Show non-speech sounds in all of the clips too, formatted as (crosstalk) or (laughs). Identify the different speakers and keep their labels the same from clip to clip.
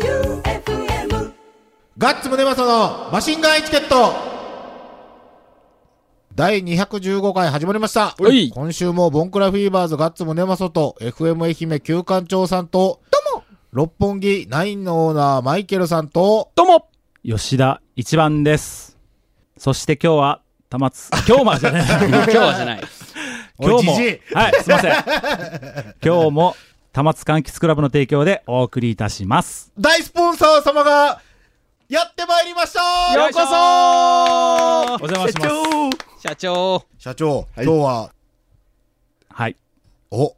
Speaker 1: J-O-E-U-F-M
Speaker 2: ガッツムネマソのマシンガンエチケット第215回始まりました。
Speaker 3: はい
Speaker 2: 今週もボンクラフィーバーズガッツムネマソと FM 愛媛旧館長さんと、六本木ナインのオーナーマイケルさんと、
Speaker 3: どうも
Speaker 4: 吉田一番です。そして今日は、たま (laughs) つ、今日までじゃねえ
Speaker 3: 今日はじゃない。
Speaker 4: 今日も、
Speaker 2: おいじじい
Speaker 4: はい、すいません。今日も、たまつ柑橘クラブの提供でお送りいたします。
Speaker 2: 大スポンサー様が、やってまいりました
Speaker 3: ようこそ
Speaker 4: お邪魔します。
Speaker 3: 社長
Speaker 2: 社長、今日は、
Speaker 4: はい。
Speaker 2: お、いっ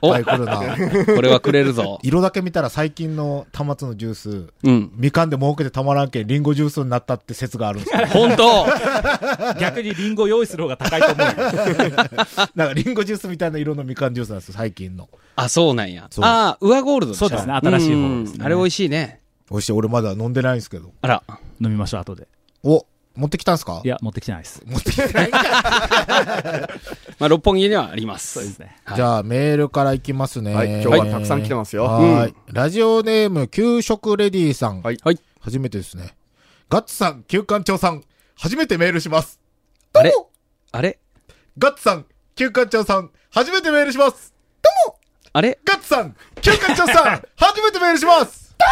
Speaker 2: ぱい来るな。。
Speaker 3: これはくれるぞ
Speaker 4: (laughs)
Speaker 2: 色だけ見たら最近の玉津のジュース、
Speaker 3: うん。
Speaker 2: みかんで儲けてたまらんけん、リンゴジュースになったって説があるんですよ
Speaker 3: 本当
Speaker 4: 逆にリンゴ用意する方が高いと思うよ。 (laughs)
Speaker 2: なんかリンゴジュースみたいな色のみかんジュースなんですよ、最近の。
Speaker 3: あ、そうなんや。
Speaker 2: そう
Speaker 3: ああ、ウアゴールド
Speaker 4: そうですね、新しい方です
Speaker 3: うん
Speaker 4: ね。
Speaker 3: あれ美
Speaker 4: 飲
Speaker 3: 味しいね。
Speaker 2: 美味しい。俺まだ飲んでないんですけど。
Speaker 3: あら。
Speaker 4: みましょう、後で。
Speaker 2: お、持ってきたんすか
Speaker 4: いや、持ってきてないです。
Speaker 2: 持ってきてないんかい
Speaker 3: まあ、六本木にはありま
Speaker 4: そうです
Speaker 3: す。
Speaker 4: ね。
Speaker 2: じゃあ、メールからいきますね。
Speaker 5: はい今日はたくさん来てますよ
Speaker 2: はーい。ラジオネーム、給食レディさん。
Speaker 5: はい
Speaker 3: はい。
Speaker 2: 初めてですね。ガッツさん、休館長さん、初めてメールします。
Speaker 3: あれあれ
Speaker 2: ガッツさん、休館長さん、初めてメールします。
Speaker 3: あれ
Speaker 2: ガッツさん、休館長さん、初めてメールします。ど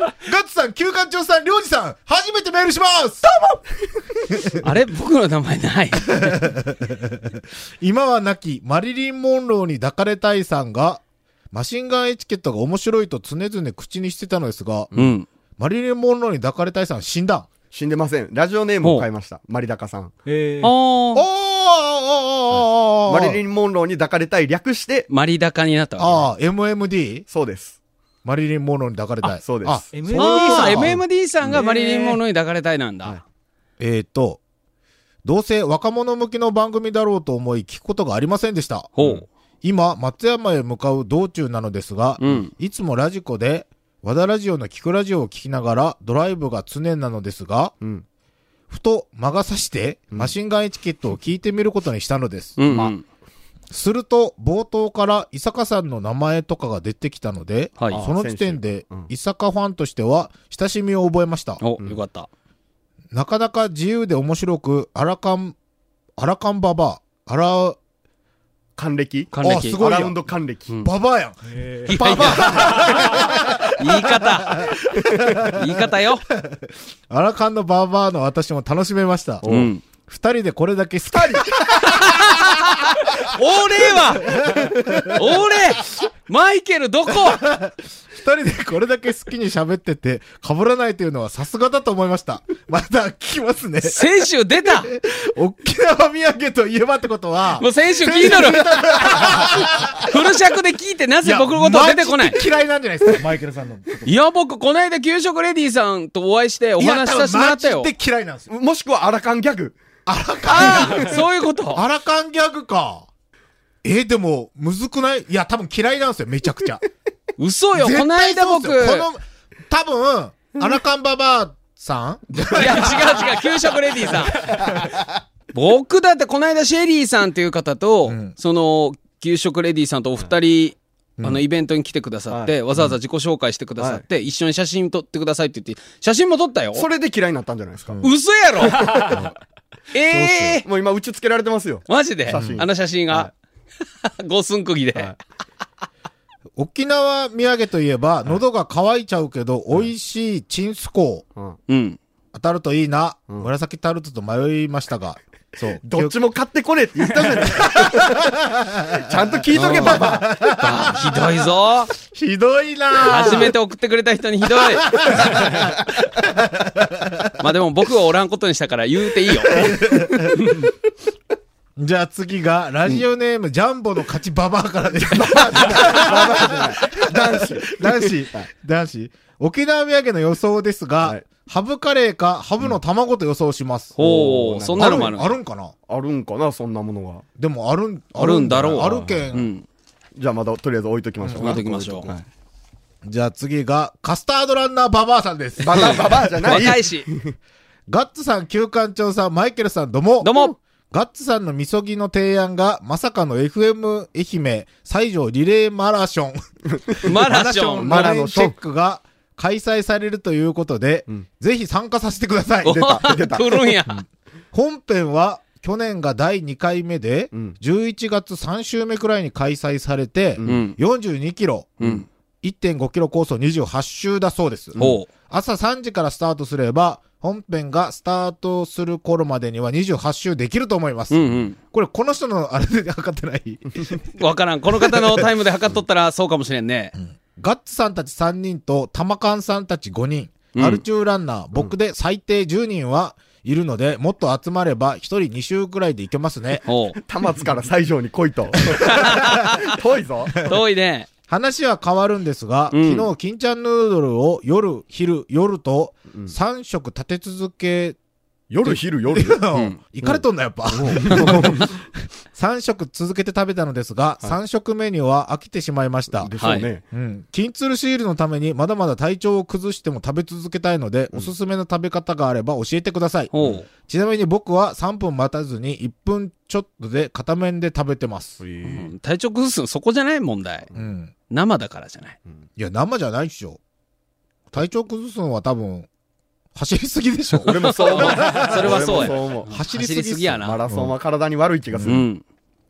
Speaker 2: うもガッツさん、休館長さん、りょうじさん、初めてメールします。どうも
Speaker 3: あれ僕の名前
Speaker 4: (laughs)
Speaker 3: ない。
Speaker 2: 今は亡きマリリン・モンローに抱かれたいさんが、マシンガンエチケットが面白いと常々口にしてたのですが、
Speaker 3: うん。
Speaker 2: マリリン・モンローに抱かれたいさん死んだ。
Speaker 5: 死んでません。ラジオネームを変えました。マリダカさん。
Speaker 4: え
Speaker 3: あ
Speaker 4: ー、
Speaker 2: おーおーおー
Speaker 3: ー。
Speaker 2: おーおー
Speaker 5: マリリ
Speaker 2: ン。
Speaker 5: ン・モンローに抱かれたい略して、
Speaker 3: マリダカになったわ
Speaker 2: ああ、MMD?
Speaker 5: そうです。
Speaker 2: マリリン・モンローに抱かれたい。
Speaker 5: そうです
Speaker 2: あ、
Speaker 3: け
Speaker 4: MD
Speaker 3: ね。
Speaker 2: さ
Speaker 3: あ
Speaker 2: ん
Speaker 3: あ、MMD さんがマリリンモノに抱かれたいなんだ。
Speaker 2: えっ、ー、と、どうせ若者向きの番組だろうと思い聞くことがありませんでした。
Speaker 3: ほう。
Speaker 2: 今、松山へ向かう道中なのですが、
Speaker 3: うん。
Speaker 2: いつもラジコで、和田ラジオの聞くラジオを聞きながらドライブが常なのですが、
Speaker 5: うん。
Speaker 2: ふと魔が差して、マシンガンエチケットを聞いてみることにしたのです。
Speaker 3: うんうん。
Speaker 2: すると、冒頭から伊坂さんの名前とかが出てきたので、
Speaker 3: はい
Speaker 2: その時点で
Speaker 5: うん、
Speaker 2: 伊坂ファンとしては親しみを覚えました。
Speaker 3: お、よかった。
Speaker 2: なかなか自由で面白く、アラカン、アラカンババア、アラ、
Speaker 5: 還暦
Speaker 3: 還暦
Speaker 2: あすご
Speaker 5: ア
Speaker 2: いや
Speaker 5: ラ
Speaker 2: ん
Speaker 5: ウンド還暦。
Speaker 3: うん
Speaker 2: ババアやん。
Speaker 4: え
Speaker 3: いやいや (laughs) 言い方。言い方よ。
Speaker 2: アラカンのババアの私も楽しめました。
Speaker 3: うん。
Speaker 2: 二人でこれだけ好き。
Speaker 3: 俺は俺マイケルどこ
Speaker 2: 二人でこれだけ好きに喋ってて、被らないというのはさすがだと思いました。また聞きますね。
Speaker 3: 先週出た
Speaker 2: (laughs) 沖縄土産といえばってことは、
Speaker 3: もう先週聞いとるフル尺で聞いてなぜ僕のこと出てこない
Speaker 2: マジで嫌いなんじゃないですか、マイケルさんの。
Speaker 3: いや、僕、この間、給食レディさんとお会いしてお話しさせてもらったよ
Speaker 2: いや多分マ。ジで嫌いなんですよ。
Speaker 5: もしくはアラカンギャグ。
Speaker 3: ああ、そういうこと。
Speaker 2: アラカンギャグか。えーでも、むずくないいや、多分嫌いなんですよ、めちゃくちゃ。
Speaker 3: 嘘よ、
Speaker 2: 絶対
Speaker 3: この間
Speaker 2: そうっ
Speaker 3: 僕。
Speaker 2: す
Speaker 3: (laughs) い
Speaker 2: よこの、多分、アラカンババアさん
Speaker 3: や、違う違う、給食レディさん。僕だって、この間、シェリーさんという方と
Speaker 2: ん、
Speaker 3: その、給食レディさんとお二人、あの、イベントに来てくださっ
Speaker 5: は
Speaker 3: て、わざわざ自己紹介してくださって、一緒に写真撮ってくださいって言って、写真も撮ったよ。
Speaker 5: それで嫌いになったんじゃないですか。
Speaker 3: 嘘やろええ
Speaker 5: もう今、打ちつけられてますよ。
Speaker 3: マジで
Speaker 5: 写真
Speaker 3: あの写真が。 (laughs) 五寸釘で
Speaker 5: は。
Speaker 2: 沖縄土産といえば、喉が渇いちゃうけど、美味しいチンスコー。
Speaker 5: うん。
Speaker 3: うん。
Speaker 2: 当たるといいな。
Speaker 5: ん
Speaker 2: 紫タルトと迷いましたが。そう。
Speaker 5: どっちも買ってこねえって言ったじゃないちゃんと聞いとけば、ババ
Speaker 3: ひどいぞ。
Speaker 2: ひどいな
Speaker 3: 初めて送ってくれた人にひどい。まあでも僕はおらんことにしたから言うていいよ。
Speaker 2: じゃあ次が、ラジオネーム、ジャンボの勝ちババアからです。男子。男子。男子。沖縄土産の予想ですが、
Speaker 5: はい
Speaker 2: ハブカレーかハブの卵と予想します。
Speaker 3: ほう、そんなのもある。
Speaker 2: あるんかな
Speaker 5: あるんかな、そんなものが。
Speaker 2: でもあるん、
Speaker 3: あるんだろう。
Speaker 2: あるけん。
Speaker 3: うん。
Speaker 5: じゃあまだ、とりあえず置いときましょう。
Speaker 3: 置いときましょう
Speaker 5: はい
Speaker 2: じゃあ次が、カスタードランナーババアさんです。
Speaker 5: ババ、ババじゃない。
Speaker 3: 若いし。
Speaker 2: ガッツさん、旧館長さん、マイケルさん、どうも。
Speaker 3: どうも。
Speaker 2: ガッツさんのみそぎの提案が、まさかの FM 愛媛西条リレーマラソン。
Speaker 3: マラソン。
Speaker 2: マラソンチェックが開催されるということで、ぜひ参加させてください。
Speaker 3: お
Speaker 2: で
Speaker 5: た出た
Speaker 3: 来るんや。
Speaker 2: 本編は、去年が第2回目で、
Speaker 5: うん
Speaker 2: 11月3週目くらいに開催されて、
Speaker 3: うん。
Speaker 2: 42キロ、
Speaker 3: うん。
Speaker 2: 1.5キロコースを28周だそうです。
Speaker 3: ほ
Speaker 2: 朝3時からスタートすれば、本編がスタートする頃までには28周できると思います。
Speaker 3: う。うん
Speaker 2: これ、この人のあれで測ってない。
Speaker 3: うん。わからん。この方のタイムで測っとったらそうかもしれんね。
Speaker 2: ガッツさんたち3人と、タマカンさんたち5人、
Speaker 3: うん。
Speaker 2: アルチューランナー、僕で最低10人はいるので、もっと集まれば1人2周くらいでいけますね
Speaker 3: (laughs) ほう。
Speaker 5: 玉津から西条に来いと。遠いぞ。
Speaker 3: 遠いね。
Speaker 2: 話は変わるんですが、
Speaker 3: うん
Speaker 2: 昨日、金ちゃんヌードルを夜、昼、夜と、3食立て続け
Speaker 5: 夜、昼、夜。
Speaker 3: ん
Speaker 2: いかれとんな、やっぱ。3食続けて食べたのですが、3食目には飽きてしまいました。
Speaker 5: でしょうね。
Speaker 2: うん。金鶴シールのためにまだまだ体調を崩しても食べ続けたいので、おすすめの食べ方があれば教えてください。
Speaker 3: ほう。
Speaker 2: ちなみに僕は3分待たずに1分ちょっとで片面で食べてます。
Speaker 3: うん体調崩すのそこじゃない問題。
Speaker 2: うん。
Speaker 3: 生だからじゃない。
Speaker 2: いや、生じゃないっしょ。体調崩すのは多分、走りすぎでしょ。
Speaker 5: (laughs) 俺もそう思う。
Speaker 3: (laughs) それはそうや
Speaker 5: 俺もそう思う。
Speaker 2: 走りすぎっす
Speaker 3: 走りすぎやな
Speaker 5: マラソンは体に悪い気がす
Speaker 3: う
Speaker 5: る。
Speaker 3: ん。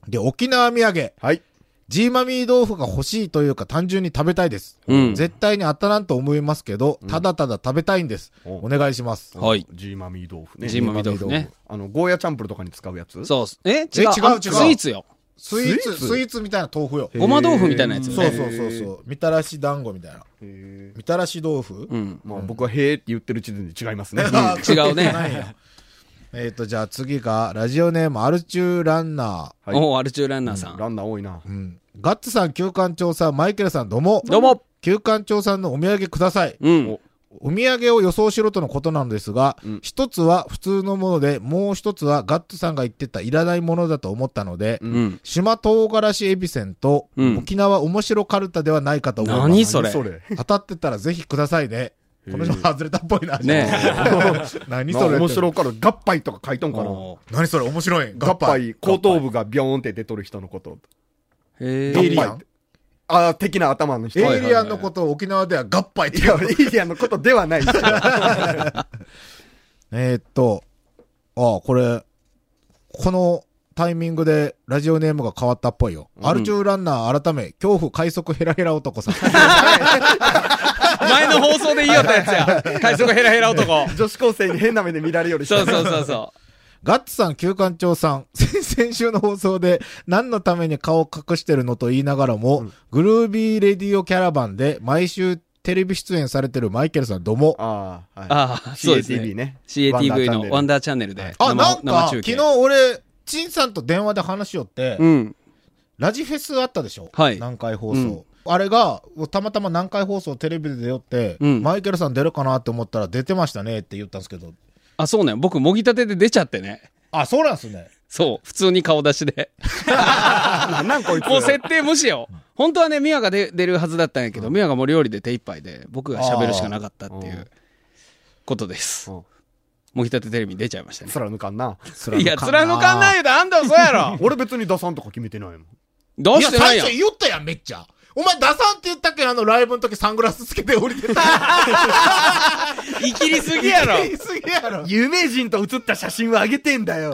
Speaker 2: で、沖縄土産。
Speaker 5: はい。
Speaker 2: ジーマミー豆腐が欲しいというか単純に食べたいです。
Speaker 3: うん
Speaker 2: 絶対に当たらんと思いますけど、ただただ食べたいんです。
Speaker 5: お
Speaker 2: お願いします。
Speaker 3: はい。
Speaker 5: ジーマミー豆腐ね。
Speaker 3: ジーマミー豆腐ね。
Speaker 5: あの、ゴーヤチャンプルとかに使うやつう。
Speaker 3: そう。え違う。
Speaker 2: え違う
Speaker 3: あ
Speaker 2: 違う
Speaker 3: スイーツよ。
Speaker 2: スイーツ、
Speaker 5: スイーツ
Speaker 2: スイーツみたいな豆腐よ。
Speaker 3: ごま豆腐みたいなやつ
Speaker 2: そう
Speaker 3: よ
Speaker 2: そう
Speaker 3: ね。
Speaker 2: そうそう。みたらし団子みたいな。みたらし豆腐
Speaker 3: うん。
Speaker 5: まあ僕はへーって言ってる時点で違いますね。
Speaker 2: あ
Speaker 3: 違うね
Speaker 2: ないん (laughs) やえっと、じゃあ次が、ラジオネームアルチューランナ
Speaker 5: はい
Speaker 3: おうアルチューランナーさん。
Speaker 5: ランナー多いな
Speaker 2: ー。う。ん。ガッツさん、旧館長さん、マイケルさん、どうも。
Speaker 3: どうも。
Speaker 2: 旧館長さんのお土産ください。
Speaker 3: うん。
Speaker 2: お土産を予想しろとのことなのですが、一つは普通のもので、もう一つはガッツさんが言ってたいらないものだと思ったので、
Speaker 3: うん。
Speaker 2: 島唐辛子エビせんと、
Speaker 3: うん
Speaker 2: 沖縄面白カルタではないかと思います。
Speaker 3: 何それ。
Speaker 5: それ。 (laughs)
Speaker 2: 当たってたらぜひくださいね。この人外れたっぽいな。
Speaker 3: ね
Speaker 2: (laughs) 何
Speaker 5: まあ
Speaker 2: それ。
Speaker 5: 面白から、合杯とか書いとんかな。
Speaker 3: お
Speaker 2: 何それ面白い。
Speaker 5: 合
Speaker 2: 合杯。
Speaker 5: 杯、後頭部がビョーンって出とる人のこと。
Speaker 3: うへ
Speaker 2: 合
Speaker 5: 合
Speaker 2: 杯エ
Speaker 5: 杯
Speaker 2: イ
Speaker 3: え。
Speaker 2: リアン
Speaker 5: ああ、的な頭の人。
Speaker 2: エイリアンのことを沖縄では合杯って
Speaker 5: いや、エイリアンのことではないですけど。
Speaker 2: えーっと、ああ、これ、このタイミングでラジオネームが変わったっぽいよ。アルチューランナー改め、恐怖快速ヘラヘラ男さん。
Speaker 3: 前の放送で言いよった (laughs) やつや。快速ヘラヘラ男。
Speaker 5: 女子高生に変な目で見られるよ
Speaker 3: (laughs)
Speaker 5: り
Speaker 3: そうそうそうそ
Speaker 2: ガッツさん、旧館長さん、 (laughs) 先先週の放送で何のために顔を隠してるのと言いながらも、グルービーレディオキャラバンで毎週テレビ出演されてるマイケルさん、どうも。
Speaker 5: ああ、はい。
Speaker 3: ああそうですね
Speaker 5: CATV ね。
Speaker 3: う。CATV のワン
Speaker 5: ダ
Speaker 3: ダーチャンネルで。
Speaker 2: あ、
Speaker 3: 生
Speaker 2: なんか
Speaker 3: 生、中
Speaker 2: 昨
Speaker 3: 継
Speaker 2: 日俺、陳さんと電話で話しよって、
Speaker 3: うん。
Speaker 2: ラジフェスあったでしょ
Speaker 3: はい
Speaker 2: 南海放送。あれが、たまたま南海放送テレビで出よって、
Speaker 3: うん
Speaker 2: マイケルさん出るかなって思ったら出てましたねって言ったんですけど、
Speaker 3: あ、そうね。僕、もぎたてで出ちゃってね。
Speaker 2: あ、そうなんすね。
Speaker 3: そう。普通に顔出し (laughs) で。
Speaker 5: ーなんこいつ。
Speaker 3: もう設定無視よ。本当はね、ミワが出出るはずだったんやけど、ミワがもう料理で手一杯で、僕が喋るしかなかったってい
Speaker 5: あー
Speaker 3: うことです
Speaker 5: うん。
Speaker 3: もぎたてテレビに出ちゃいましたね。
Speaker 5: 貫かんな。
Speaker 3: いや、貫かんないよとあんたもそうやろ
Speaker 5: 俺別に出さんとか決めてないもん。
Speaker 3: どう
Speaker 2: いや、
Speaker 3: してない
Speaker 2: 最
Speaker 3: よ
Speaker 2: 初言ったやん、めっちゃ。お前、出さんって言ったっけあのライブの時サングラスつけて降りてた。
Speaker 3: 生きりすぎやろ
Speaker 2: 言いすぎやろ。
Speaker 5: 有名人と写った写真をあげてんだよ。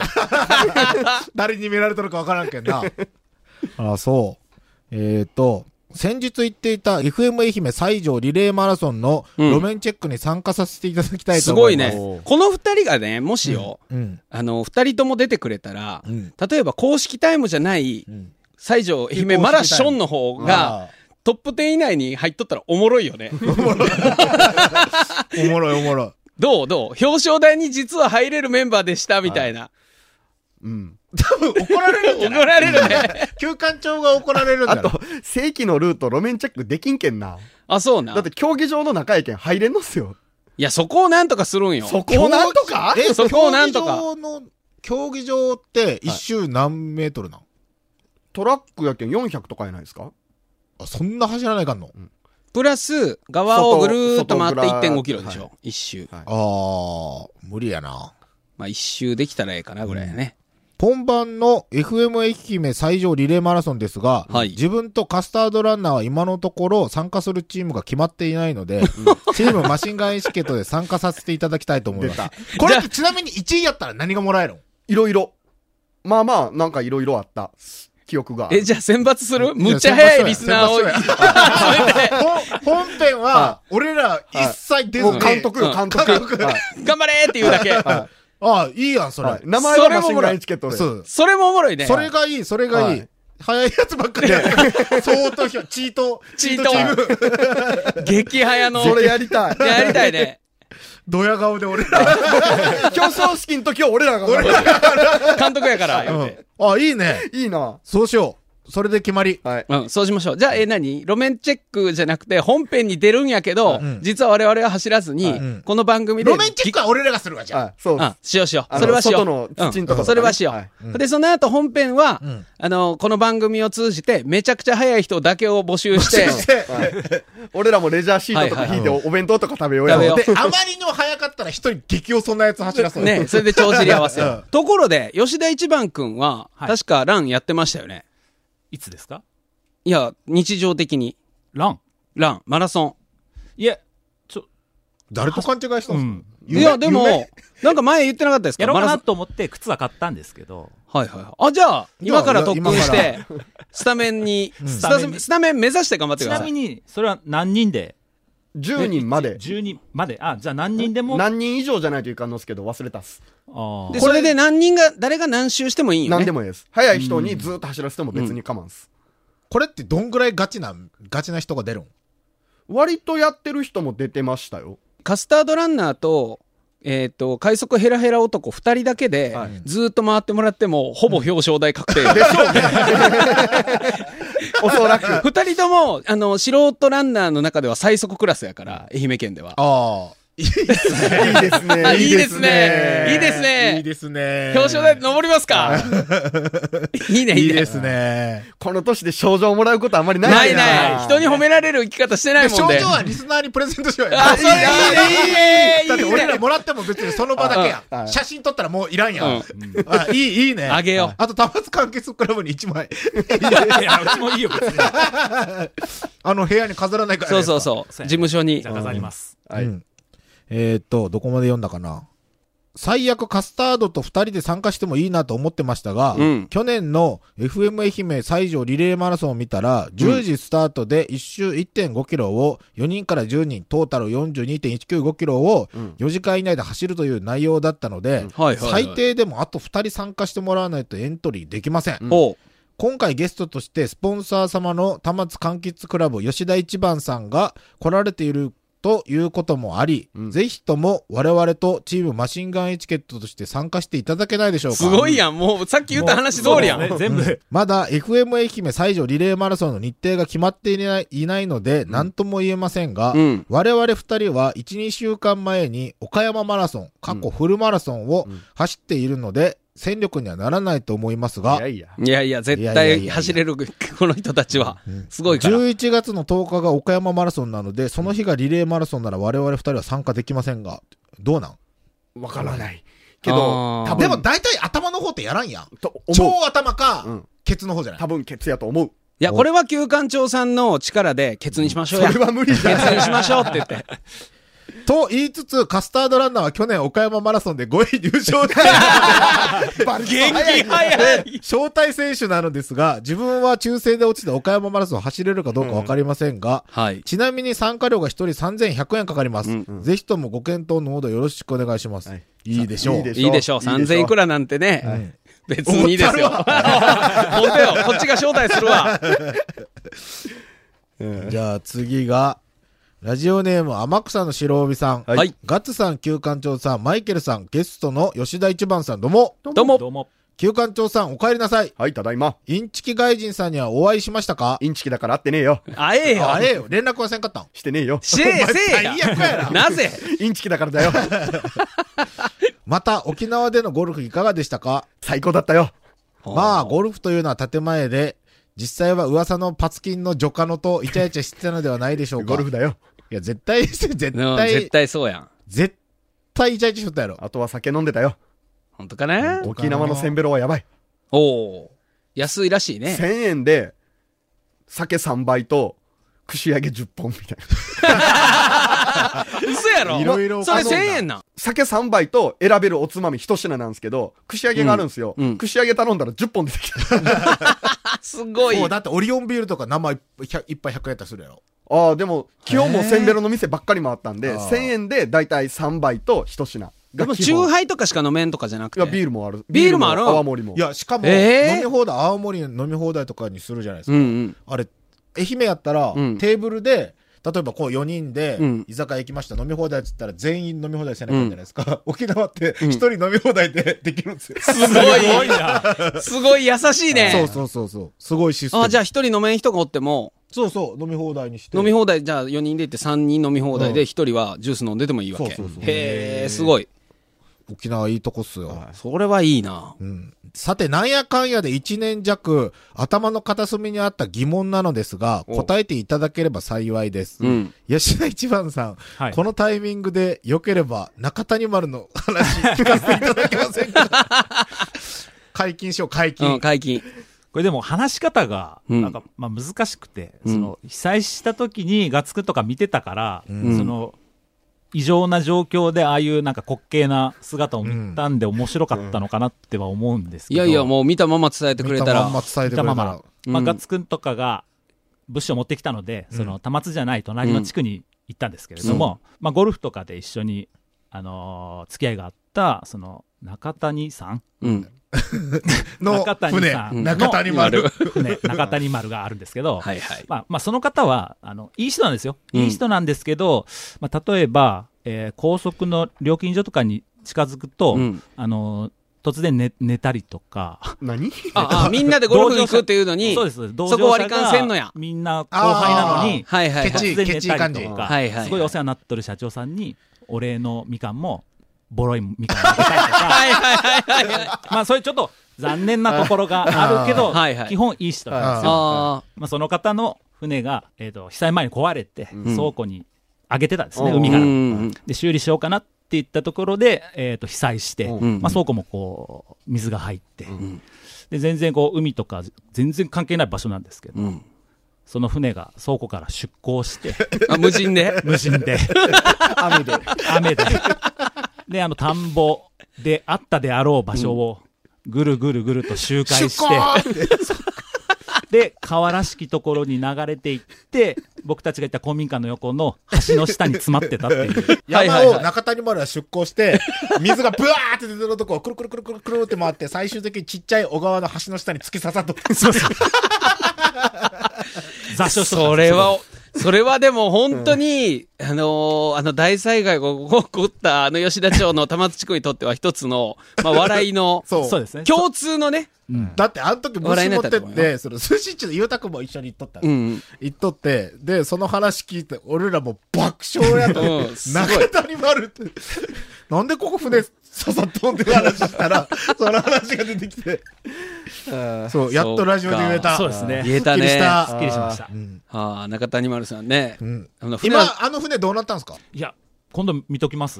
Speaker 2: (laughs) 誰に見られたのかわからんけんな。 (laughs) あ、そう。えっ、と、先日言っていた FM 愛媛西条リレーマラソンの
Speaker 3: うん
Speaker 2: 路面チェックに参加させていただきたいと
Speaker 3: す
Speaker 2: 思
Speaker 3: ご
Speaker 2: い
Speaker 3: い
Speaker 2: ま
Speaker 3: ね
Speaker 2: す。。
Speaker 3: この二人がね、もしよ、
Speaker 2: うん。
Speaker 3: あの、二人とも出てくれたら、
Speaker 2: うん
Speaker 3: 例えば公式タイムじゃない、
Speaker 2: ん
Speaker 3: 西条愛媛マラソンの方
Speaker 2: あ
Speaker 3: が、トップ10以内に入っとったらおもろいよね。
Speaker 2: おもろいおもろい。
Speaker 3: どうどう表彰台に実は入れるメンバーでしたみたいな。
Speaker 5: うん。
Speaker 2: 多分怒られるんじ
Speaker 3: 怒
Speaker 2: ゃ
Speaker 5: (laughs)
Speaker 2: ない
Speaker 3: られるね。
Speaker 2: 休館長が怒られるん
Speaker 5: あ
Speaker 2: だろ
Speaker 5: と。、正規のルート路面チェックできんけんな。
Speaker 3: あ、そうな
Speaker 5: だっ。て競技場の中やけん入れんのっすよ。
Speaker 3: いや、そこをなんとかするんよ。
Speaker 5: そこなんとか
Speaker 2: え、
Speaker 3: そこをなんとか
Speaker 2: 競技場の、競技場って一周何メートルなの、
Speaker 5: トラックやけん400とかやないですか
Speaker 2: あ、そんな走らないかんの、
Speaker 3: プラス、側をぐるーっと回って
Speaker 5: 外外ぐら
Speaker 3: 1.5
Speaker 5: ー
Speaker 3: キロでしょ。一周。
Speaker 5: はい
Speaker 2: ああ、無理やな。
Speaker 3: まあ、一周できたらええかなぐらいやね。
Speaker 2: 今晩の FM 愛媛最上リレーマラソンですが、
Speaker 3: はい
Speaker 2: 自分とカスタードランナーは今のところ参加するチームが決まっていないので、チームマシンガンエチケットで参加させていただきたいと思います。これってちなみに1位やったら何がもらえるの
Speaker 5: いろいろ。まあまあ、なんかいろいろあった。記憶が。
Speaker 3: え、じゃあ選抜する
Speaker 2: や
Speaker 3: むっちゃ早いリスナーを。
Speaker 2: 選抜
Speaker 3: (laughs)
Speaker 2: ほ本編は
Speaker 5: は、
Speaker 2: 俺ら一切出ず
Speaker 5: も
Speaker 2: に
Speaker 5: う監督よ、
Speaker 3: うん
Speaker 5: 監督。
Speaker 2: 監督
Speaker 5: はい
Speaker 3: 頑張れって言うだけ。
Speaker 2: ああ、いいやん、それ。
Speaker 5: はい名前はマシンガンエチケットで。
Speaker 2: そう。
Speaker 3: それもおもろいね。
Speaker 2: それがいい、それがいい。
Speaker 5: はい
Speaker 2: 早いやつばっかりだ (laughs) 相当ひょ、チート、
Speaker 3: チート激早の。
Speaker 5: それやり (laughs) たい。
Speaker 3: やりたいね。
Speaker 2: ドヤ顔で俺ら。
Speaker 5: 表彰式の時は俺らが。
Speaker 3: 監督やから、
Speaker 2: う
Speaker 3: 言うて
Speaker 2: んあ、いいね。
Speaker 5: いいな。
Speaker 2: そうしよう。それで決まり。
Speaker 5: はい。
Speaker 3: うん、そうしましょう。じゃあ、え、何路面チェックじゃなくて、本編に出るんやけど、
Speaker 2: ん
Speaker 3: 実は我々は走らずに、
Speaker 2: ん
Speaker 3: この番組で。
Speaker 2: 路面チェックは俺らがするわ、じゃあ。
Speaker 5: はい、そうです
Speaker 3: あ、。しようしよう。
Speaker 5: あの
Speaker 3: それはしよう。
Speaker 5: 外の土
Speaker 3: う
Speaker 5: んとことか
Speaker 3: ん
Speaker 5: ね
Speaker 3: それはしよう。
Speaker 5: はい
Speaker 3: で、その後本編は、
Speaker 2: ん
Speaker 3: あの、この番組を通じて、めちゃくちゃ早い人だけを募集して、
Speaker 5: 俺らもレジャーシートとか引いてお弁当とか食べようや。
Speaker 3: 食べよ
Speaker 2: で、あまりにも早かったら一人激遅なやつ走らせる。
Speaker 3: (laughs) ね、それで帳尻合わせよう
Speaker 2: うん
Speaker 3: ところで、吉田一番くんは、
Speaker 4: はい
Speaker 3: 確かランやってましたよね。
Speaker 4: いつですか
Speaker 3: いや、日常的に。
Speaker 4: ラン
Speaker 3: ラン、マラソ
Speaker 4: いや、ちょ、
Speaker 2: 誰と勘違いした
Speaker 4: うんん。
Speaker 3: ン。いや、でも、なんか前言ってなかったですか
Speaker 4: やろう
Speaker 3: マ
Speaker 4: か
Speaker 3: ラソ
Speaker 4: な
Speaker 3: ン。
Speaker 4: と思って靴は買ったんですけど、
Speaker 3: はいはいはい。あ、じゃあ、
Speaker 2: じゃあ
Speaker 3: 今から特訓し
Speaker 2: いや
Speaker 3: て、スタメンに、スタ
Speaker 4: スタメン
Speaker 3: スタメン目指して頑張って
Speaker 4: ち
Speaker 3: くだ
Speaker 4: な
Speaker 3: さ
Speaker 4: み
Speaker 3: い。
Speaker 4: に、それは何人で
Speaker 5: 10人まで。
Speaker 4: ?10 人まで。あ、じゃあ何人でも。
Speaker 5: 何人以上じゃないといかんのですけど、忘れたっす。
Speaker 4: あー
Speaker 3: で、それで何人が、誰が何周してもいいんよ
Speaker 5: 何
Speaker 3: ね
Speaker 5: で。もいいです。早い人にずっと走らせても別に構わんっす。
Speaker 2: これってどんぐらいガチな、ガチな人が出るん
Speaker 5: 割とやってる人も出てましたよ。
Speaker 3: カスタードランナーと、えっ、と、快速ヘラヘラ男2人だけで
Speaker 5: はい、
Speaker 3: ずーっと回ってもらっても、ほぼ表彰台確定。
Speaker 5: でしょう
Speaker 3: (laughs)
Speaker 5: ね。おそらく。
Speaker 3: 二人とも、あの、素人ランナーの中では最速クラスやから、愛媛県では。
Speaker 2: あ
Speaker 5: いいです
Speaker 3: あ
Speaker 5: ね。
Speaker 3: いいですねいいです
Speaker 2: あ。
Speaker 3: ね
Speaker 2: いいですね。
Speaker 3: 表彰台登りますかいいね、い
Speaker 2: い
Speaker 3: い
Speaker 2: い
Speaker 3: ね
Speaker 2: で。すね。
Speaker 5: この年で賞状もらうことあんまりない
Speaker 3: ない
Speaker 5: ね
Speaker 3: ない。人に褒められる生き方してない
Speaker 2: で
Speaker 3: も
Speaker 2: 症
Speaker 3: んで。
Speaker 2: 状はリスナーにプレゼントしようや。
Speaker 3: あ、それいいね、いい
Speaker 2: だっ
Speaker 3: ね、
Speaker 2: て
Speaker 3: いい
Speaker 2: 俺ら
Speaker 3: ね。
Speaker 2: もらっても別にその場だけやん。
Speaker 5: はい
Speaker 2: 写真撮ったらもういらんや
Speaker 3: うんん。
Speaker 2: あいい、いいね。
Speaker 3: あげよう
Speaker 2: あと、タバス完結クラブに1枚。
Speaker 4: いや、うちもいいよ、別に。
Speaker 2: あの部屋に飾らないから。
Speaker 3: そうそう
Speaker 2: う。
Speaker 3: そう。事務所に
Speaker 4: じゃ。あ飾ります。
Speaker 5: はい
Speaker 2: うんえーっと、どこまで読んだかな。最悪カスタードと2人で参加してもいいなと思ってましたが、
Speaker 3: うん
Speaker 2: 去年の FM 愛媛西条リレーマラソンを見たら、10時スタートで1周1.5キロを4人から10人、トータル42.195キロを
Speaker 5: ん
Speaker 2: 4時間以内で走るという内容だったので、
Speaker 3: はいはいはい
Speaker 2: 最低でもあと2人参加してもらわないとエントリーできません。
Speaker 3: おう
Speaker 2: 今回ゲストとしてスポンサー様の田松柑橘クラブ吉田一番さんが来られているということもあり、
Speaker 5: うん
Speaker 2: ぜひとも我々とチームマシンガンエチケットとして参加していただけないでしょうか。
Speaker 3: すごいやん。もう、さっき言った話通りやん。
Speaker 4: もうそうですね全部。
Speaker 2: まだ FM 愛媛西条リレーマラソンの日程が決まっていないいないので何とも言えませんが、
Speaker 3: うん
Speaker 2: 我々二人は1、2週間前に岡山マラソン、過去フルマラソンを走っているので、戦力にはならないと思いますが
Speaker 5: いや、いや。
Speaker 3: いやいや、絶
Speaker 2: いやいやいやい
Speaker 3: 対
Speaker 2: や
Speaker 3: 走れる、 (laughs) この人たちは。すごいから。
Speaker 2: 11月の10日が岡山マラソンなので、その日がリレーマラソンなら我々二人は参加できませんが、どうなん
Speaker 5: わからない。け
Speaker 3: あ
Speaker 5: ど
Speaker 3: ー、
Speaker 5: 多
Speaker 2: で
Speaker 5: 分、
Speaker 2: も大体頭の方ってやらんやん。
Speaker 5: と思う。
Speaker 2: 超頭か、
Speaker 5: うん
Speaker 2: ケツの方じゃない
Speaker 5: 多分、ケツやと思う。
Speaker 3: いや、これは旧館長さんの力で、ケツにしましょ
Speaker 5: そう
Speaker 3: や。
Speaker 5: れ
Speaker 3: (laughs) ケ
Speaker 5: は無理じゃん。
Speaker 3: ツにしましょうって言って。
Speaker 2: と言いつつ、カスタードランナーは去年岡山マラソンで5位入賞して、
Speaker 5: (laughs) 元気
Speaker 3: 早い
Speaker 2: 招待選手なのですが、自分は抽選で落ちて岡山マラソンを走れるかどうかわかりませんが、
Speaker 3: はい。
Speaker 2: ちなみに参加料が1人3100円かかります。ぜひともご検討のほどよろしくお願いします。
Speaker 5: はい
Speaker 2: い、いでしょう。
Speaker 5: いいで
Speaker 3: いいでしょう。3000いくらなんてね。別にいいですよ。 (laughs) 本当よ。こっちが招待するわ。
Speaker 2: (laughs) じゃあ次が、ラジオネーム天草の白帯さん。
Speaker 5: はい
Speaker 3: はい
Speaker 2: ガッツさん、旧館長さん、マイケルさん、ゲストの吉田一番さん、どうも。
Speaker 3: どうも
Speaker 4: どうも。
Speaker 2: 旧館長さん、お帰りなさい。
Speaker 5: はい、ただいま。
Speaker 2: インチキ外人さんにはお会いしましたか
Speaker 5: インチキだから会ってねえよ。
Speaker 3: あええよ。
Speaker 2: あれよ、連絡はせんかったん。
Speaker 5: してねえよ。
Speaker 3: せえせえや
Speaker 2: 最悪やな
Speaker 3: (laughs) なぜ
Speaker 5: (laughs) インチキだからだよ。
Speaker 2: また、沖縄でのゴルフいかがでしたか
Speaker 5: 最高だったよ。
Speaker 2: まあ、ゴルフというのは建前で、実際は噂のパツキンのジョカノとイチャイチャしてたのではないでしょうか。
Speaker 5: (laughs) ゴルフだよ。
Speaker 2: いや、絶対、絶
Speaker 3: うん
Speaker 2: 対、
Speaker 3: 絶対そうやん。
Speaker 2: 絶対イチャイチャしとったやろ。
Speaker 5: あとは酒飲んでたよ。
Speaker 3: 本当かな
Speaker 5: 沖縄のせんべろはやばい。
Speaker 3: おおー安いらしいね。
Speaker 5: 1000円で、酒3杯と、串揚げ10本みたいな。 (laughs)
Speaker 3: 嘘やろ
Speaker 2: いろいろ
Speaker 3: それ
Speaker 2: 頼んだ
Speaker 3: 1000円なん。
Speaker 5: 酒3杯と選べるおつまみ一品なんですけど、串揚げがあるんですよ。
Speaker 3: うんうん
Speaker 5: 串揚げ頼んだら10本出て (laughs) きた。
Speaker 3: あ、すごい。
Speaker 2: そうだってオリオンビールとか生一杯100円やったりするやろ。
Speaker 5: ああ、でも、今日もせんべろの店ばっかり回ったん
Speaker 2: あ
Speaker 5: で、
Speaker 2: ー
Speaker 5: 1000円でだいたい3杯と一品が基
Speaker 3: で
Speaker 5: 本。
Speaker 3: も、チューハイとかしか飲めんとかじゃなく
Speaker 5: いや、ビ
Speaker 3: て。
Speaker 5: ールもある。
Speaker 3: ビールもある
Speaker 5: 泡盛も。
Speaker 2: いや、しかも、
Speaker 3: えー
Speaker 2: 飲み放題、青森の飲み放題とかにするじゃないです
Speaker 3: うん
Speaker 2: か。
Speaker 3: うん。
Speaker 2: あれ、愛媛やったら、
Speaker 3: うん
Speaker 2: テーブルで、例えばこう4人で
Speaker 3: うん
Speaker 2: 居酒屋行きました、飲み放題っつったら全員飲み放題せなきゃいけないじゃないですか、 (laughs) 沖縄って一人飲み放題でできるんですよ、
Speaker 3: すごい。すごい優しいね。
Speaker 2: そうそうそうそうすごいシステム
Speaker 3: あ、じゃあ一人飲めん人がおっても、
Speaker 2: そうそう飲み放題にして
Speaker 3: 飲み放題、じゃあ4人で行って3人飲み放
Speaker 2: う
Speaker 3: 題で
Speaker 2: ん
Speaker 3: 一人はジュース飲んでてもいいわけ。
Speaker 2: そうそうそう
Speaker 3: へえ、すごい。
Speaker 2: 沖縄いいとこっすよ、
Speaker 3: それはいいな。
Speaker 2: うんさて、なんやかんやで1年弱、頭の片隅にあった疑問なのですが、
Speaker 3: お
Speaker 2: 答えていただければ幸いです。
Speaker 3: うん
Speaker 2: 吉田一番さん、
Speaker 4: はい
Speaker 2: このタイミングで良ければ中谷丸の話聞かせていただけませんか解禁しよう、解禁。
Speaker 3: うん、解禁。
Speaker 4: これでも話し方が、
Speaker 3: うん
Speaker 4: なんか、まあ難しくて、
Speaker 3: うん
Speaker 4: その、被災した時にガツクとか見てたから、
Speaker 2: ん
Speaker 4: その、異常な状況でああいうなんか滑稽な姿を見たんで面白かったのかなっては思うんですけ
Speaker 3: い
Speaker 4: ど。
Speaker 3: やいや、もう見たまま伝えてくれた
Speaker 2: 見
Speaker 3: ら
Speaker 2: まん。ま伝えてくれ
Speaker 4: 見た
Speaker 2: たら。
Speaker 4: まま。まあ
Speaker 3: うん
Speaker 4: ガツくんとかが物資を持ってきたので、その、田松じゃない隣の地区に行ったんですけれども、まあゴルフとかで一緒に、あのー付き合いがあった、その、中谷さん
Speaker 3: うん。
Speaker 2: の
Speaker 4: 中谷
Speaker 2: 船、
Speaker 4: さん
Speaker 2: 中谷丸。
Speaker 3: (laughs)
Speaker 4: ね、中谷丸があるんですけど、
Speaker 3: はいはい。
Speaker 4: まあ、まあ、その方は、あの、いい人なんですよ。
Speaker 3: うん
Speaker 4: いい人なんですけど、まあ、例えば、えー高速の料金所とかに近づくと、
Speaker 3: うん
Speaker 4: あのー突然寝、寝たりとか、
Speaker 5: 何
Speaker 3: あ、あ、みんなでゴルフ行くっていうのに、
Speaker 4: そうです、そうです。同
Speaker 3: そ
Speaker 4: 乗
Speaker 3: こ
Speaker 4: 者が
Speaker 3: 割り勘せんのや。
Speaker 4: みんな後輩なのに、
Speaker 3: はいはい
Speaker 2: ケ
Speaker 3: はい。
Speaker 2: チ、
Speaker 4: 突然
Speaker 2: ケ
Speaker 4: 寝
Speaker 2: チ
Speaker 4: た
Speaker 2: 感
Speaker 4: り
Speaker 2: じ
Speaker 4: と。か、
Speaker 3: はいはいはい
Speaker 4: すごいお世話になってる社長さんに、お礼のみかんも、ボロいみかんあげたりと
Speaker 3: (laughs)
Speaker 4: か、
Speaker 3: はいはいはいはい。
Speaker 4: まあ、そういうちょっと残念なところがあるけど、
Speaker 3: はいはい
Speaker 4: 基本いい人なんですよ。
Speaker 3: あ
Speaker 4: まあ、その方の船が、えー、と被災前に壊れて、
Speaker 3: ん
Speaker 4: 倉庫に上げてたんですね、
Speaker 5: うん
Speaker 3: あ。
Speaker 4: 海か
Speaker 3: う
Speaker 4: ら。
Speaker 3: ん。
Speaker 4: で、修理しようかなって言ったところで、えー、と被災して、
Speaker 5: うん
Speaker 4: まあ、倉庫もこう、水が入って、
Speaker 3: ん
Speaker 4: で全然こう海とか、全然関係ない場所なんですけど、
Speaker 3: うん。
Speaker 4: その船が倉庫から出港して、
Speaker 3: あ、無人で
Speaker 4: 無
Speaker 3: (laughs)
Speaker 4: 人で、
Speaker 5: 雨で。
Speaker 4: 雨で、で、あの、田んぼであったであろう場所を、ぐるぐるぐると周回して、 (laughs) で、河原敷ところに流れていって、僕たちが行った公民館の横の橋の下に詰まってたっていう。
Speaker 3: (laughs) はいはい
Speaker 2: 山
Speaker 3: は
Speaker 2: を
Speaker 3: い
Speaker 2: 中谷丸は出港して、水がブワーって出てるとこをくるくるくるくるくるって回って、最終的にちっちゃい小川の橋の下に突き刺さっとった。、
Speaker 4: 雑誌をしとった
Speaker 3: それは、それはでも本当に、あのーあの大災害が起こったあの吉田町の玉津地区にとっては一つの、まあ笑いの
Speaker 2: (laughs) そう。
Speaker 4: そうですね。
Speaker 3: 共通のね、
Speaker 2: だってあの時虫持って
Speaker 3: 笑いになった
Speaker 2: っ
Speaker 3: と思う
Speaker 2: て、その寿司っちのゆうたくんも一緒に行っとったの。
Speaker 3: うん。
Speaker 2: 行っとって、で、その話聞いて、俺らも爆笑やと。
Speaker 3: うんすごい
Speaker 2: 中谷丸って。なんでここ船刺さったんって話した
Speaker 3: (laughs)
Speaker 2: ら、その話が出てきて。そう、やっとラジオで言えた。
Speaker 4: そうですね。
Speaker 3: 言えたね
Speaker 2: すっきりした
Speaker 4: すっきりしました。
Speaker 3: ああ、中谷丸さんね。
Speaker 2: ん
Speaker 3: あの船は
Speaker 2: 今、あの船どうなったんですか
Speaker 4: いや、今度見とき
Speaker 3: (laughs)
Speaker 4: ます。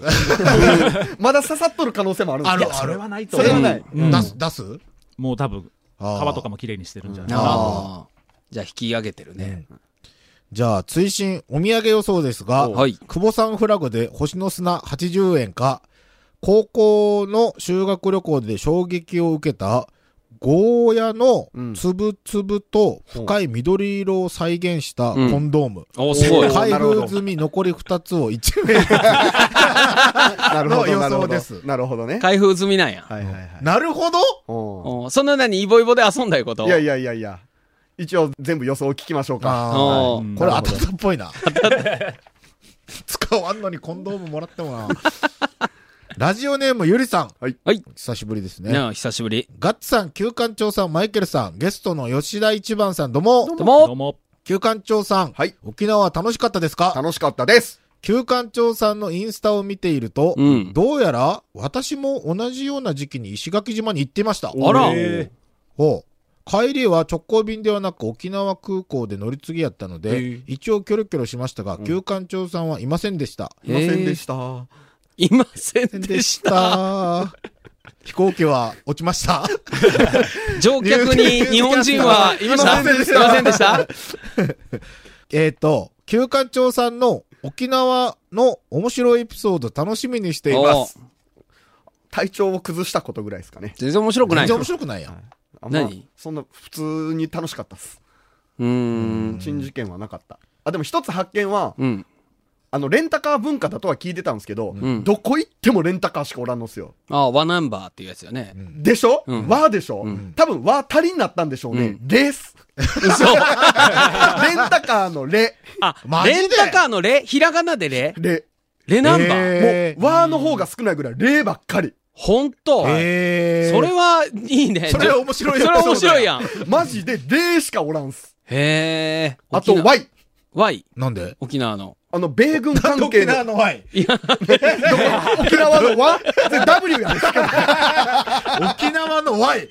Speaker 5: まだ刺さっとる可能性もあるんです
Speaker 2: あ
Speaker 5: よ
Speaker 2: る
Speaker 4: それはないと
Speaker 5: それ
Speaker 4: 思
Speaker 5: は
Speaker 4: う。
Speaker 5: ない。
Speaker 4: うん
Speaker 2: 出す、出す
Speaker 4: もう多分、
Speaker 2: あー
Speaker 4: 川とかも綺麗にしてるんじゃないかな。
Speaker 3: ああ。じゃあ引き上げてるね。
Speaker 2: じゃあ、追伸、お土産予想ですが、
Speaker 3: おはい
Speaker 2: 久保さんフラグで星の砂80円か、高校の修学旅行で衝撃を受けた、ゴーヤのつぶつぶと深い緑色を再現したコンドーム。
Speaker 3: おすごい。
Speaker 2: 開封済み残り2つを1名ずつ。
Speaker 5: なるほ
Speaker 2: の
Speaker 5: ど、なる
Speaker 2: 予
Speaker 5: ほ
Speaker 2: 想
Speaker 5: ど
Speaker 2: です。
Speaker 5: なるほどね。
Speaker 3: 開封済みなんや。
Speaker 5: はいはいはい
Speaker 2: (laughs) なるほど
Speaker 5: う
Speaker 3: おそのなにイボイボで遊んだいうこと
Speaker 5: ん。いやいやいやいや。一応全部予想を聞きましょうか。
Speaker 2: あ
Speaker 3: お
Speaker 2: ー
Speaker 3: ー
Speaker 2: これ当たったっぽいな。 (laughs) 使わんのにコンドームもらってもな。ラジオネームゆりさん。
Speaker 5: はい
Speaker 3: はい
Speaker 2: 久しぶりですね。
Speaker 3: なあ、久しぶり。
Speaker 2: ガッツさん、旧館長さん、マイケルさん、ゲストの吉田一番さん、どうも。
Speaker 3: どう
Speaker 4: どう
Speaker 3: も
Speaker 4: も。
Speaker 2: 旧館長さん、
Speaker 5: はい
Speaker 2: 沖縄は楽しかったですか
Speaker 5: 楽しかったです。
Speaker 2: 旧館長さんのインスタを見ていると、
Speaker 3: うん
Speaker 2: どうやら私も同じような時期に石垣島に行ってました。
Speaker 3: あら
Speaker 4: え
Speaker 2: ほう帰りは直行便ではなく沖縄空港で乗り継ぎやったので、一応キョロキョロしましたが、旧館長さんはいませんでした。
Speaker 5: いませんでした。
Speaker 3: いませんでした。
Speaker 2: た。飛行機は落ちました。
Speaker 3: 乗客に日本人はいました
Speaker 2: いませんでした
Speaker 3: いませんでした
Speaker 2: えっと、旧館長さんの沖縄の面白いエピソード楽しみにしていま
Speaker 3: お
Speaker 2: す。
Speaker 5: 体調を崩したことぐらいですかね。
Speaker 3: 全然面白くな
Speaker 2: 全
Speaker 3: い。
Speaker 2: 然
Speaker 3: う
Speaker 2: 面白くないやん。
Speaker 5: あんま
Speaker 3: 何
Speaker 5: そんな、普通に楽しかったっす。
Speaker 3: ーん。
Speaker 5: 珍事件はなかった。あ、でも一つ発見は、
Speaker 3: うん。
Speaker 5: あの、レンタカー文化だとは聞いてたんですけど、
Speaker 3: ん
Speaker 5: どこ行ってもレンタカーしかおらんのっすよ。
Speaker 3: ああ、ワナンバーっていうやつよね。
Speaker 5: でしょ、
Speaker 3: ん
Speaker 5: わーでしょ、多分わー足りになったんでしょうね。です。 (laughs)
Speaker 3: 嘘。
Speaker 5: レンタカーのレ、
Speaker 3: あ
Speaker 2: マ、ジで
Speaker 3: レンタカーのレひらがなでレ
Speaker 5: レ。
Speaker 3: レナンバー
Speaker 2: え
Speaker 5: もう、わーの方が少ないぐらい、レばっかり。
Speaker 3: ほん
Speaker 2: ー。
Speaker 3: と
Speaker 2: えー
Speaker 3: それはいいね。
Speaker 2: それは面白い
Speaker 3: それは面白い
Speaker 2: ん。
Speaker 3: やん。
Speaker 5: マジでレしかおらんす。
Speaker 3: へえ。
Speaker 5: あと
Speaker 3: 沖縄
Speaker 5: Y。
Speaker 3: Y。
Speaker 2: なんで
Speaker 3: 沖縄の。
Speaker 5: あの、米軍関係
Speaker 2: 沖縄
Speaker 5: の、
Speaker 2: のワイ
Speaker 5: 沖縄の Y? で W やん。
Speaker 2: 沖縄のワイ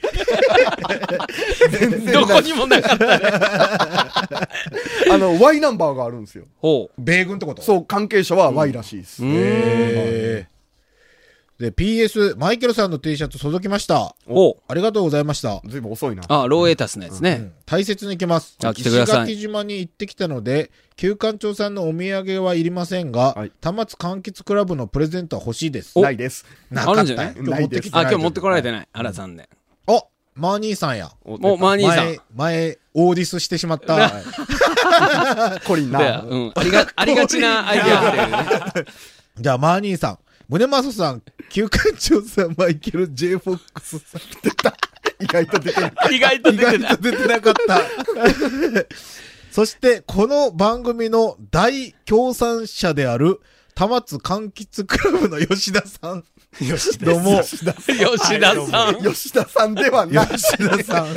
Speaker 5: 全然
Speaker 3: ど
Speaker 5: な
Speaker 3: こ
Speaker 5: い。
Speaker 3: にもなかった。
Speaker 5: あの、Y ナンバーがあるんですよ。
Speaker 3: ほ
Speaker 2: 米軍ってこと
Speaker 5: そう、関係者は Y らしいです。
Speaker 3: う。うーん。
Speaker 2: えーで、PS、マイケルさんの T シャツ届きました。
Speaker 3: お
Speaker 2: ありがとうございました。
Speaker 5: ずいぶん遅いな。
Speaker 3: あ、ローエータスのやつ
Speaker 2: う
Speaker 3: ね
Speaker 2: ん。大切に行きます。
Speaker 3: あ来てください
Speaker 2: 石垣島に行ってきたので、旧館長さんのお土産はいりませんが、
Speaker 5: はい
Speaker 2: 田松柑橘クラブのプレゼントは欲しいです。
Speaker 5: ないです。
Speaker 2: なかった
Speaker 3: あるんじゃない
Speaker 2: 今日持ってきて
Speaker 3: あ、
Speaker 2: ない
Speaker 3: 今日持ってこられてない。あら、残念。
Speaker 2: あ、マーニーさんや。
Speaker 3: もう、マーニーさん
Speaker 2: 前。、前、オーディスしてしま
Speaker 3: (laughs)
Speaker 2: った。
Speaker 5: コリ
Speaker 3: で
Speaker 5: ンな。
Speaker 3: うん。ありが、ありがちなアイデアだよね。
Speaker 2: じゃあ、マーニーさん。宗正さん、旧館長さん、マイケル、J フォックスさん。
Speaker 5: 意外と出てない。
Speaker 3: 意外と
Speaker 2: 意
Speaker 3: 出て
Speaker 2: 外
Speaker 3: ない
Speaker 2: と。出てなかった。そして、この番組の大協賛者である、田松柑橘クラブの吉田さん。吉田どうも、吉田
Speaker 3: 吉田さん。
Speaker 5: 吉田さんではない。
Speaker 2: さん。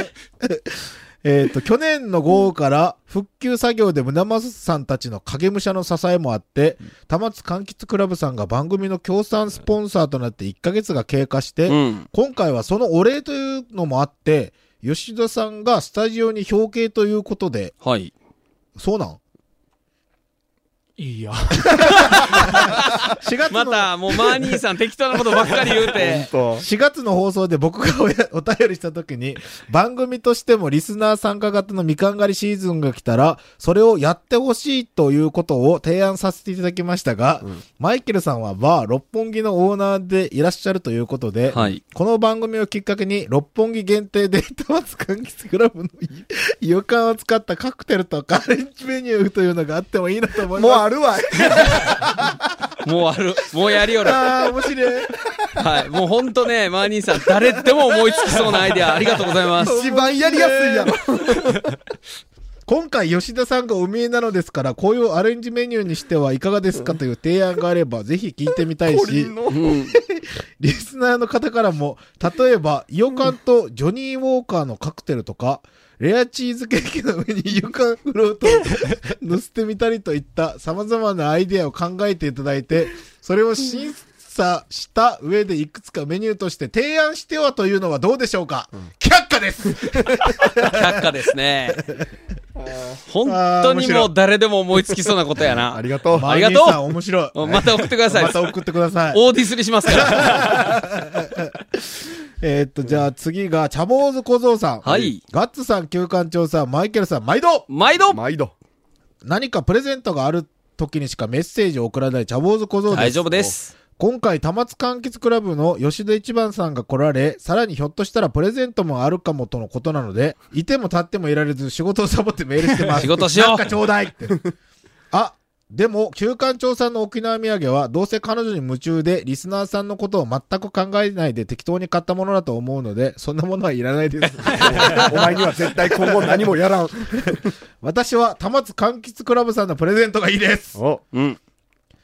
Speaker 2: えっと、去年の豪雨から復旧作業で宗松さんたちの影武者の支えもあって、田松柑橘クラブさんが番組の協賛スポンサーとなって1ヶ月が経過して、
Speaker 3: うん。
Speaker 2: 今回はそのお礼というのもあって、吉田さんがスタジオに表敬ということで、
Speaker 3: はい。
Speaker 2: そうなん
Speaker 4: いいよ。
Speaker 2: 4月の
Speaker 3: また、もうマーニーさん適当なことばっかり言うて。
Speaker 5: と。
Speaker 2: 4月の放送で僕がおやお便りした時に、番組としてもリスナー参加型のみかん狩りシーズンが来たら、それをやってほしいということを提案させていただきましたが、マイケルさんはバー六本木のオーナーでいらっしゃるということで、
Speaker 3: はい。
Speaker 2: この番組をきっかけに、六本木限定で、玉津柑橘クラブの予感を使ったカクテルとかアレンジメニューというのがあってもいいなと思い
Speaker 5: もう
Speaker 2: ます。
Speaker 5: あるわい。
Speaker 3: もうある。もうやりよる。
Speaker 2: ああ、面白い。
Speaker 3: はい。もうほんとね、マーニーさん、誰でも思いつきそうなアイデア、ありがとうござ
Speaker 2: (laughs)
Speaker 3: います。
Speaker 5: 一番やりやすいやろ。
Speaker 2: 今回吉田さんがお見えなのですから、こういうアレンジメニューにしてはいかがですかという提案があれば、ぜひ聞いてみたい
Speaker 5: コリ
Speaker 2: し
Speaker 5: ン、の。
Speaker 3: うん。
Speaker 2: リスナーの方からも、例えば、イオカンとジョニー・ウォーカーのカクテルとか、レアチーズケーキの上にイオカンフロートを (laughs) 乗せてみたりといった様々なアイデアを考えていただいて、それを審査した上でいくつかメニューとして提案してはというのはどうでしょうか、却下です
Speaker 3: 却下ですね。本当にもう誰でも思いつきそうなことやな。
Speaker 5: ありがとう。
Speaker 3: ありがとう
Speaker 2: マーニーさん面白い。
Speaker 3: また送ってください。
Speaker 2: また送ってください。
Speaker 3: オーディスにしますから。
Speaker 2: えーっと、じゃあ次が、茶坊主小僧さん。
Speaker 3: はい
Speaker 2: ガッツさん、旧館長さん、マイケルさん、毎度
Speaker 3: 毎度
Speaker 5: 毎度。
Speaker 2: 何かプレゼントがある時にしかメッセージを送らない茶坊主小僧です。
Speaker 3: 大丈夫で。す。
Speaker 2: 今回、玉津柑橘クラブの吉田一番さんが来られ、さらにひょっとしたらプレゼントもあるかもとのことなので、いても立ってもいられず仕事をサボってメールしてます。
Speaker 3: (laughs) 仕事しよう
Speaker 2: なんかちょうだい
Speaker 3: (laughs)
Speaker 2: って。あ、でも、旧館長さんの沖縄土産は、どうせ彼女に夢中で、リスナーさんのことを全く考えないで適当に買ったものだと思うので、そんなものはいらないです。
Speaker 5: お前には絶対今後何もやらん。
Speaker 2: 私は、玉津柑橘クラブさんのプレゼントがいいです。
Speaker 5: お、
Speaker 3: うん。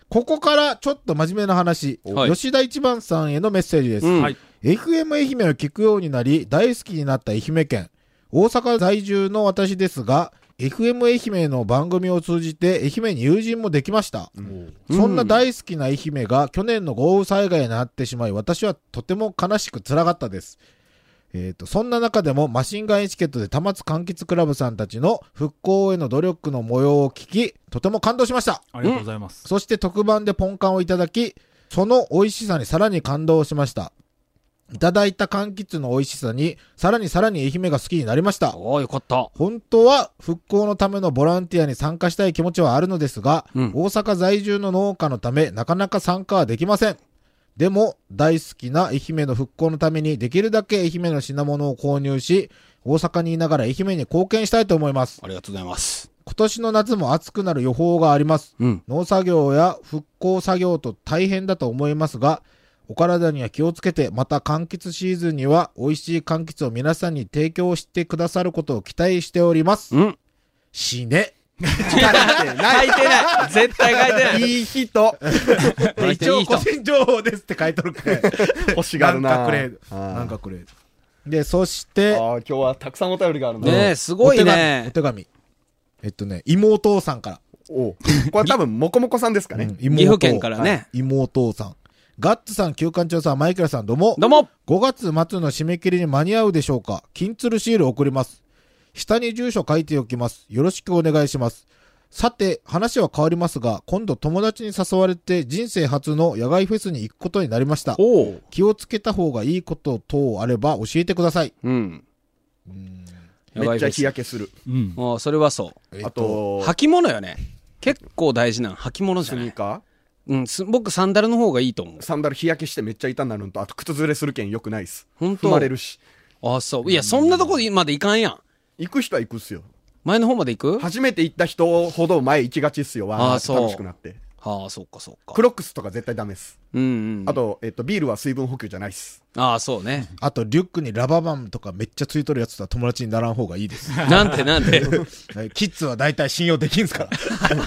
Speaker 2: ここからちょっと真面目な話、
Speaker 3: はい
Speaker 2: 吉田一番さんへのメッセージです。
Speaker 3: うん
Speaker 4: はい。
Speaker 2: FM 愛媛を聞くようになり、大好きになった愛媛県。大阪在住の私ですが、FM 愛媛の番組を通じて愛媛に友人もできました。そんな大好きな愛媛が去年の豪雨災害になってしまい、私はとても悲しく辛かったです。えーと、そんな中でもマシンガンエチケットで多摩津柑橘クラブさんたちの復興への努力の模様を聞き、とても感動しました。
Speaker 4: ありがとうございます。
Speaker 2: そして特番でポンカンをいただき、その美味しさにさらに感動しました。いただいた柑橘の美味しさに、さらにさらに愛媛が好きになりました。
Speaker 3: おおよかった。
Speaker 2: 本当は復興のためのボランティアに参加したい気持ちはあるのですが、
Speaker 3: うん
Speaker 2: 大阪在住の農家のためなかなか参加はできません。でも大好きな愛媛の復興のためにできるだけ愛媛の品物を購入し、大阪にいながら愛媛に貢献したいと思います。
Speaker 3: ありがとうございます。
Speaker 2: 今年の夏も暑くなる予報があります。
Speaker 3: うん。
Speaker 2: 農作業や復興作業と大変だと思いますが、お体には気をつけて、また柑橘シーズンには美味しい柑橘を皆さんに提供してくださることを期待しております。
Speaker 3: うん。
Speaker 2: 死ね。
Speaker 3: 書いてない。絶対書いてない。
Speaker 5: いい人。
Speaker 3: 書いて
Speaker 2: 一
Speaker 3: い
Speaker 2: 応 (laughs)
Speaker 3: い
Speaker 2: 個
Speaker 3: 人。
Speaker 2: 人情報ですって書いとるくらい。
Speaker 5: (laughs) 欲しがるな。
Speaker 2: なんかくれ。
Speaker 5: あー
Speaker 2: なんかくれ。で、そし
Speaker 5: あ
Speaker 2: て、
Speaker 5: ー今日はたくさんお便りがあるんだ。
Speaker 3: ねえ、すごい
Speaker 2: お
Speaker 3: ね。
Speaker 2: 手紙。お手紙えっとね、妹さんから。
Speaker 5: おうこれ多分、もこもこさんですかね。
Speaker 2: うん
Speaker 3: 岐阜県からね。
Speaker 2: 妹さん。ガッツさん、旧館長さん、マイケルさん、どうも。
Speaker 3: どうも。
Speaker 2: 5月末の締め切りに間に合うでしょうか金鶴シール送ります。下に住所書いておきます。よろしくお願いします。さて、話は変わりますが、今度友達に誘われて人生初の野外フェスに行くことになりました。
Speaker 3: おお。
Speaker 2: 気をつけた方がいいこと等あれば教えてください。
Speaker 3: うん。やば
Speaker 5: めっ
Speaker 3: い
Speaker 5: ちゃ
Speaker 3: です
Speaker 5: 日焼けする。
Speaker 4: うん。
Speaker 3: もうそれはそ
Speaker 2: えっ
Speaker 5: あ、と
Speaker 3: う。、履物よね。結構大事なの。履物じ
Speaker 5: ス
Speaker 3: ゃな
Speaker 5: ニ
Speaker 3: い
Speaker 5: ー。カ
Speaker 3: うん、す僕サンダルの方がいいと思う
Speaker 5: ー。サンダル日焼けしてめっちゃ痛になるのと、あと靴ずれするけんよくないっす。
Speaker 3: ほんと
Speaker 5: 踏まれるし。
Speaker 3: ああ、そう。いや、そんなとこまで行かんやん。
Speaker 5: 行く人は行くっすよ。
Speaker 3: 前の方まで行く
Speaker 5: 初めて行った人ほど前行きがちっすよ。わ
Speaker 3: あ
Speaker 5: ー
Speaker 3: ー
Speaker 5: って
Speaker 3: そう
Speaker 5: 楽しくなって。
Speaker 3: はあ、そうか、そうか
Speaker 5: ク。ロックスとか絶対ダメっす。
Speaker 3: うんうん。
Speaker 5: あ、と、えっと、ビールは水分補給じゃないっす。
Speaker 3: ああ、そうね。
Speaker 2: あとリュックにラバーバンとかめっちゃついとるやつとは友達にならん方がいい
Speaker 3: (laughs)
Speaker 2: です。
Speaker 3: なんてなん
Speaker 5: (laughs)
Speaker 3: て。
Speaker 2: はいキッズは大体信用できんすから。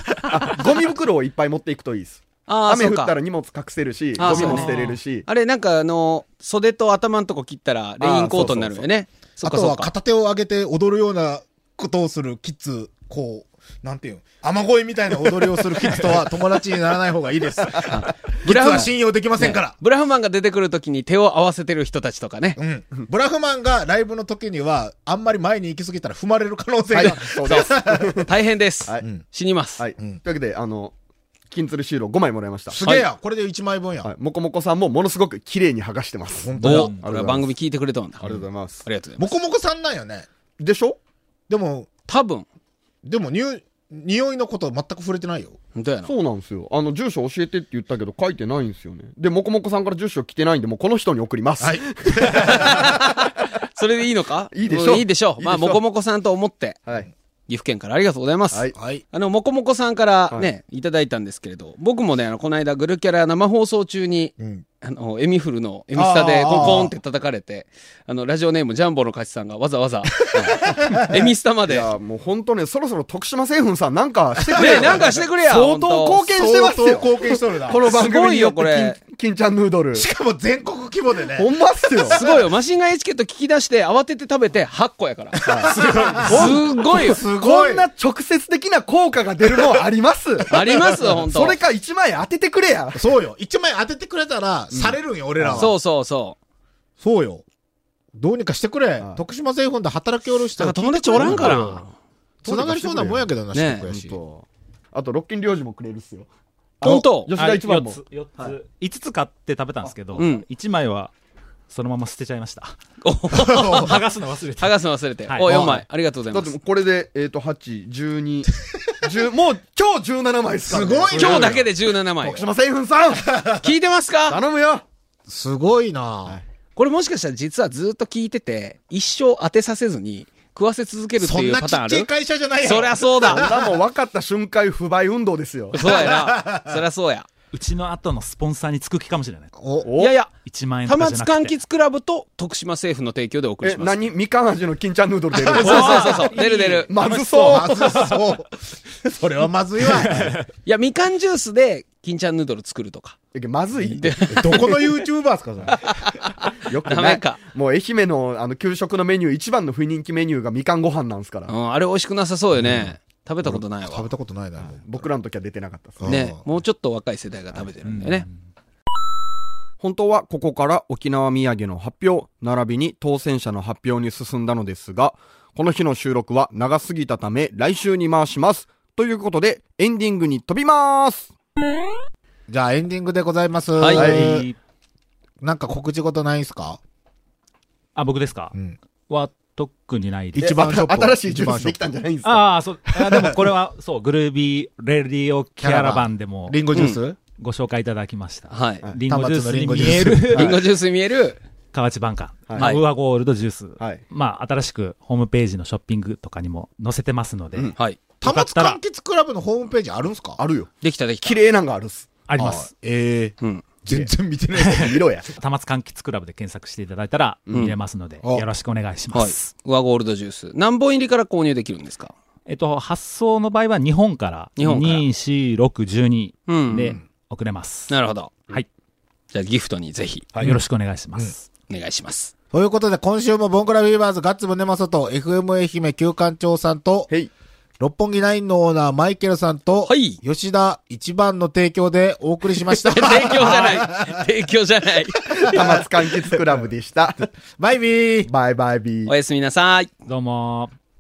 Speaker 5: ゴミ袋をいっぱい持っていくといいっす。
Speaker 3: ああ、
Speaker 5: 雨
Speaker 3: そう
Speaker 5: 降った。
Speaker 3: から
Speaker 5: 荷物隠せるし、
Speaker 3: あ
Speaker 5: ゴ
Speaker 3: ー
Speaker 5: ミも
Speaker 3: そう
Speaker 5: 捨
Speaker 4: ね
Speaker 5: てれるし。
Speaker 3: あれ、なんかあの、袖と頭のとこ切ったら、レインコートになるよね。そ
Speaker 2: あ
Speaker 3: っか
Speaker 2: と
Speaker 3: そっ
Speaker 2: は
Speaker 3: か。
Speaker 2: 片手を上げて踊るようなことをするキッズ、こう、なんていうの雨声みたいな踊りをするキッズとは友達にならない方がいいです。キ
Speaker 3: ブ
Speaker 2: ッ
Speaker 3: ラ
Speaker 2: ズ
Speaker 3: フマ
Speaker 2: は
Speaker 3: ン、
Speaker 2: 信用できませんから。
Speaker 3: ブラフマンが出てくるときに手を合わせてる人たちとかね。
Speaker 2: うん。ブラフマンがライブの時には、あんまり前に行き過ぎたら踏まれる可能性が。
Speaker 5: そうです。は
Speaker 3: 大変です。
Speaker 5: はい
Speaker 2: うん
Speaker 3: 死にます。
Speaker 5: い。というわけで、あの、金鶴シールを5枚もらいまし
Speaker 2: (laughs)
Speaker 5: た。
Speaker 2: すげえやんこれで1枚分やん。
Speaker 5: はい。もこもこさんもものすごく綺麗に剥がしてます。あ
Speaker 2: 本
Speaker 5: り
Speaker 2: 当や。も
Speaker 3: お
Speaker 5: とう
Speaker 3: こ
Speaker 5: ございます
Speaker 3: れは番組聞いてくれたんだ。
Speaker 5: がとうございます
Speaker 3: あ。りがとうございます。
Speaker 2: こもこさんなんよね。
Speaker 5: でしょ
Speaker 2: でも、
Speaker 3: 多分、
Speaker 2: でも、にゅ匂いのこと全く触れてないよ。
Speaker 3: 本当やな。
Speaker 5: そうなんですよ。あの、住所教えてって言ったけど書いてないんですよね。で、もこもこさんから住所来てないんで、もうこの人に送ります。
Speaker 2: はい。
Speaker 3: それでいいのか
Speaker 5: いいでしょう
Speaker 3: もいいでしょう。まあ、
Speaker 5: いいでしょう
Speaker 3: もこもこさんと思って、
Speaker 5: はい。
Speaker 3: 岐阜県からありがとうございます。
Speaker 5: はい
Speaker 2: はい。
Speaker 3: あの、もこもこさんからね、い、ただいたんですけれど、僕もね、あの、この間、グルキャラ生放送中に、
Speaker 2: うん。
Speaker 3: あの、エミフルの、エミスタで
Speaker 2: あー
Speaker 3: コンコンって叩かれて、あの、ラジオネームジャンボの勝ちさんがわざわざ、エミスタま
Speaker 5: い
Speaker 3: で、ね
Speaker 5: や、もう本当ね、そろそろ徳島製粉さんなんかしてくれよ。
Speaker 3: なんかしてくれや
Speaker 5: 相当貢
Speaker 3: 本
Speaker 5: 献してます
Speaker 2: 相当
Speaker 5: よ。
Speaker 2: 貢献しとるな。
Speaker 5: (laughs) この番
Speaker 3: すご
Speaker 5: 組
Speaker 3: い
Speaker 5: に
Speaker 3: よ
Speaker 5: よって
Speaker 3: これ
Speaker 5: 金、金ちゃんヌードル。
Speaker 2: しかも全国規模でね。
Speaker 5: ほんまっすよ。
Speaker 3: 当すごいよ。マシンガンエチケット聞き出して、慌てて食べて8個やから。すごいよ。
Speaker 2: すご
Speaker 5: こ
Speaker 2: い
Speaker 5: ん。な直接的な効果が出るのあります
Speaker 3: (laughs) ありますよ、ほんと。
Speaker 5: それか1枚当ててくれや。
Speaker 2: そうよ。一枚当ててくれたら、されるんよ、俺らは。
Speaker 3: そうそうそう。
Speaker 2: そうよ。どうにかしてくれ
Speaker 5: あ。
Speaker 2: 徳島製本で働きおる人
Speaker 3: だから友達おらんから。
Speaker 2: つながりそうなもんやけどな、四
Speaker 3: ね
Speaker 2: 国やし。
Speaker 5: 本当あと、六軒領事もくれるっすよ。
Speaker 3: ほんと
Speaker 5: あ吉田一番
Speaker 4: は
Speaker 5: も
Speaker 4: い。四つ、4つ。5つ買って食べたんですけど、
Speaker 3: うん
Speaker 4: 1枚はそのまま捨てちゃいました。
Speaker 3: お剥
Speaker 4: (laughs) 剥がすの忘れて。
Speaker 3: がすの忘れて。
Speaker 4: はい
Speaker 3: お、4
Speaker 2: は
Speaker 3: 枚
Speaker 2: い。
Speaker 3: ありがとうござ
Speaker 5: だ
Speaker 3: いま
Speaker 5: っても
Speaker 3: す
Speaker 5: う。これで、えっ、と、8、12、10、もう
Speaker 3: (laughs)
Speaker 5: 今日17枚っすから、
Speaker 2: すごいね
Speaker 3: 今日だけで17枚
Speaker 5: 徳。島製
Speaker 3: (laughs)
Speaker 5: 粉さん
Speaker 3: 聞いてますか
Speaker 2: (laughs)
Speaker 5: 頼むよ
Speaker 2: すごいな
Speaker 3: これもしかしたら実はずっと聞いてて、一生当てさせずに食わせ続けるって
Speaker 2: そ
Speaker 3: い
Speaker 2: ん
Speaker 3: う
Speaker 2: な
Speaker 3: パ
Speaker 2: ち
Speaker 3: ターン
Speaker 2: っ
Speaker 3: あ
Speaker 2: ちゃ
Speaker 3: る
Speaker 2: い会社じゃない
Speaker 3: そりゃ
Speaker 2: や
Speaker 3: そう
Speaker 5: そん
Speaker 2: (laughs)
Speaker 3: だ。。
Speaker 5: なもん分かった瞬間不買運動ですよ
Speaker 3: そうやな。そりゃそうや。
Speaker 4: うちの後のスポンサーにつく気かもしれない。
Speaker 2: お、
Speaker 5: お
Speaker 3: いやいや、
Speaker 4: 1万円と
Speaker 3: 玉
Speaker 4: かじゃ
Speaker 3: 津
Speaker 4: なく
Speaker 3: 柑
Speaker 4: て。
Speaker 3: 橘クラブと徳島政府の提供でお送り
Speaker 5: え、
Speaker 3: します。
Speaker 5: 何みかん味の金ちゃんヌード
Speaker 3: (laughs)
Speaker 5: ル出る
Speaker 3: そうそうそうそう。
Speaker 2: (laughs)
Speaker 3: 出る出る。
Speaker 5: まずそう
Speaker 2: まずそう。それはまずいわ。
Speaker 3: いや、みかんジュースで、金ちゃんヌードル作るとか。 (laughs)
Speaker 5: えまずい
Speaker 3: で、
Speaker 2: どこの YouTuber っすか、それ。
Speaker 5: よく
Speaker 3: ダ
Speaker 5: な
Speaker 3: メ
Speaker 5: い
Speaker 3: か。
Speaker 5: もう愛媛のあの給食のメニュー一番の不人気メニューがみかんご飯なんですから
Speaker 3: う。ん、あれ美味しくなさそうよね。食べたことない
Speaker 2: 食
Speaker 3: わ
Speaker 2: べ。たことないな。
Speaker 5: 僕らの時は出てなかったっす
Speaker 2: うん
Speaker 3: ね、もうちょっと若い世代が食べてるんだよね。
Speaker 5: 本当はここから沖縄土産の発表、並びに当選者の発表に進んだのですが、この日の収録は長すぎたため来週に回します。ということで、エンディングに飛びます
Speaker 2: じゃあエンディングでございます。
Speaker 3: はい
Speaker 4: はい。
Speaker 2: なんか告知事ないんすか
Speaker 4: あ、僕ですか
Speaker 2: うん。
Speaker 4: は、特にないです。
Speaker 2: 一番ショップ
Speaker 5: あた新しいジュ
Speaker 2: 一
Speaker 5: ース
Speaker 2: 番ショップ
Speaker 5: できたんじゃないんですか
Speaker 4: ああ、そう。あでもこれは、そう、グルービーレディオキャラバンでも
Speaker 2: リンゴジュース、
Speaker 4: ご紹介いただきました。
Speaker 3: はい。
Speaker 5: はい
Speaker 4: リンゴジュース
Speaker 2: 端末のリ
Speaker 4: に見え
Speaker 2: ンゴジ
Speaker 4: る
Speaker 3: リンゴジュースに見える、
Speaker 4: 河内版館、
Speaker 5: はい
Speaker 4: まあウーアゴールドジュース。
Speaker 5: はい
Speaker 4: まあ、新しくホームページのショッピングとかにも載せてますので、
Speaker 5: うん
Speaker 3: はい。
Speaker 2: たまつ
Speaker 4: よ
Speaker 2: 柑
Speaker 4: かっ
Speaker 2: 橘クラブのホームページあるんすか
Speaker 5: あるよ。
Speaker 3: できたできた。
Speaker 5: 綺麗なんがあるっす。
Speaker 4: あります。
Speaker 2: ええ
Speaker 3: うん。
Speaker 2: 全然見てない。
Speaker 5: (laughs) 見ろや。
Speaker 4: たまつかんきつクラブで検索していただいたら見れますので、
Speaker 2: うんあ
Speaker 4: よろしくお願いしま
Speaker 3: はい。
Speaker 4: す。
Speaker 3: ウアゴールドジュース。何本入りから購入できるんですか
Speaker 4: えっと、発送の場合は日本から、
Speaker 3: 日本から
Speaker 4: 2、4、6、
Speaker 3: うん。
Speaker 4: 12で送れます。
Speaker 3: なるほど。
Speaker 4: はい。
Speaker 3: じゃあギフトにぜひ
Speaker 4: よろしくお願いします。
Speaker 3: お願いします。 (laughs)
Speaker 2: ということで、今週もボンクラビーバーズガッツムネマソと FM 愛媛旧館長さんと、
Speaker 5: へい。 (laughs)
Speaker 2: 六本木ナインのオーナーマイケルさんと、
Speaker 3: はい。
Speaker 2: 吉田一番の提供でお送りしま
Speaker 5: (laughs)
Speaker 2: した
Speaker 3: 提供じゃない。提供じゃない。
Speaker 5: たまつかんきつクラブでした。
Speaker 2: バイビー
Speaker 5: バイバイビー
Speaker 3: お。やすみなさい。
Speaker 4: どうもー。